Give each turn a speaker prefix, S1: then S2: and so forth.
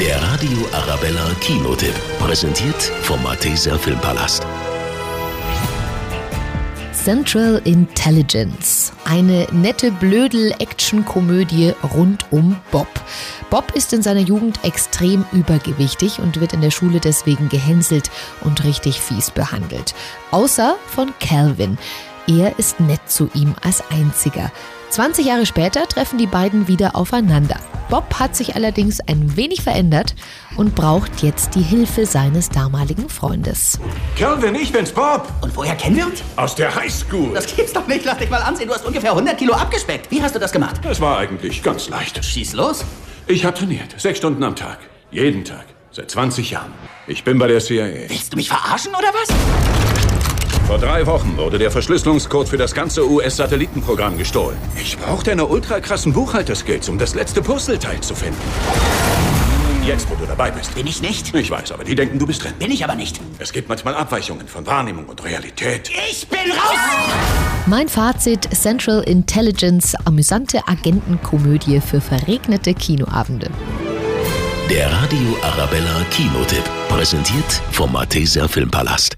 S1: Der Radio Arabella Kinotipp. Präsentiert vom Malteser Filmpalast.
S2: Central Intelligence. Eine nette Blödel-Action-Komödie rund um Bob. Bob ist in seiner Jugend extrem übergewichtig und wird in der Schule deswegen gehänselt und richtig fies behandelt. Außer von Calvin. Er ist nett zu ihm als einziger. 20 Jahre später treffen die beiden wieder aufeinander. Bob hat sich allerdings ein wenig verändert und braucht jetzt die Hilfe seines damaligen Freundes.
S3: Calvin, ich bin's, Bob.
S4: Und woher kennen wir uns?
S3: Aus der Highschool.
S4: Das gibt's doch nicht, lass dich mal ansehen. Du hast ungefähr 100 Kilo abgespeckt. Wie hast du das gemacht?
S3: Das war eigentlich ganz leicht.
S4: Schieß los.
S3: Ich habe trainiert. Sechs Stunden am Tag. Jeden Tag. Seit 20 Jahren. Ich bin bei der CIA.
S4: Willst du mich verarschen oder was?
S3: Vor drei Wochen wurde der Verschlüsselungscode für das ganze US-Satellitenprogramm gestohlen. Ich brauchte eine ultra krassen Buchhalterskills, um das letzte Puzzleteil zu finden. Jetzt, wo du dabei bist.
S4: Bin ich nicht?
S3: Ich weiß, aber die denken, du bist drin.
S4: Bin ich aber nicht.
S3: Es gibt manchmal Abweichungen von Wahrnehmung und Realität.
S4: Ich bin raus!
S2: Mein Fazit: Central Intelligence, amüsante Agentenkomödie für verregnete Kinoabende.
S1: Der Radio Arabella Kinotipp. Präsentiert vom Malteser Filmpalast.